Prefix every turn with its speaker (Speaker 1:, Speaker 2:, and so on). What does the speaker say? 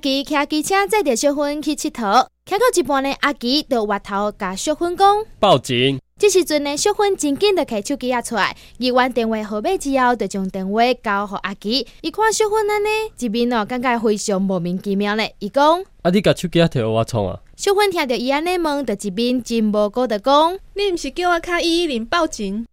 Speaker 1: 奇骑机车载着小芬去佚佗，骑到一半呢，阿奇就歪头甲小芬讲。
Speaker 2: 报警！
Speaker 1: 这时阵呢，小芬真紧就摕手机啊出来，伊完电话号码之后，就将电话交互阿奇。伊看小芬安尼，一面哦，感觉非常莫名其妙咧。伊讲，
Speaker 2: 啊，你甲手机啊摕互我创啊？
Speaker 1: 小芬听着伊安尼问，就一面真无辜的讲，
Speaker 3: 你毋是叫我卡一一零报警？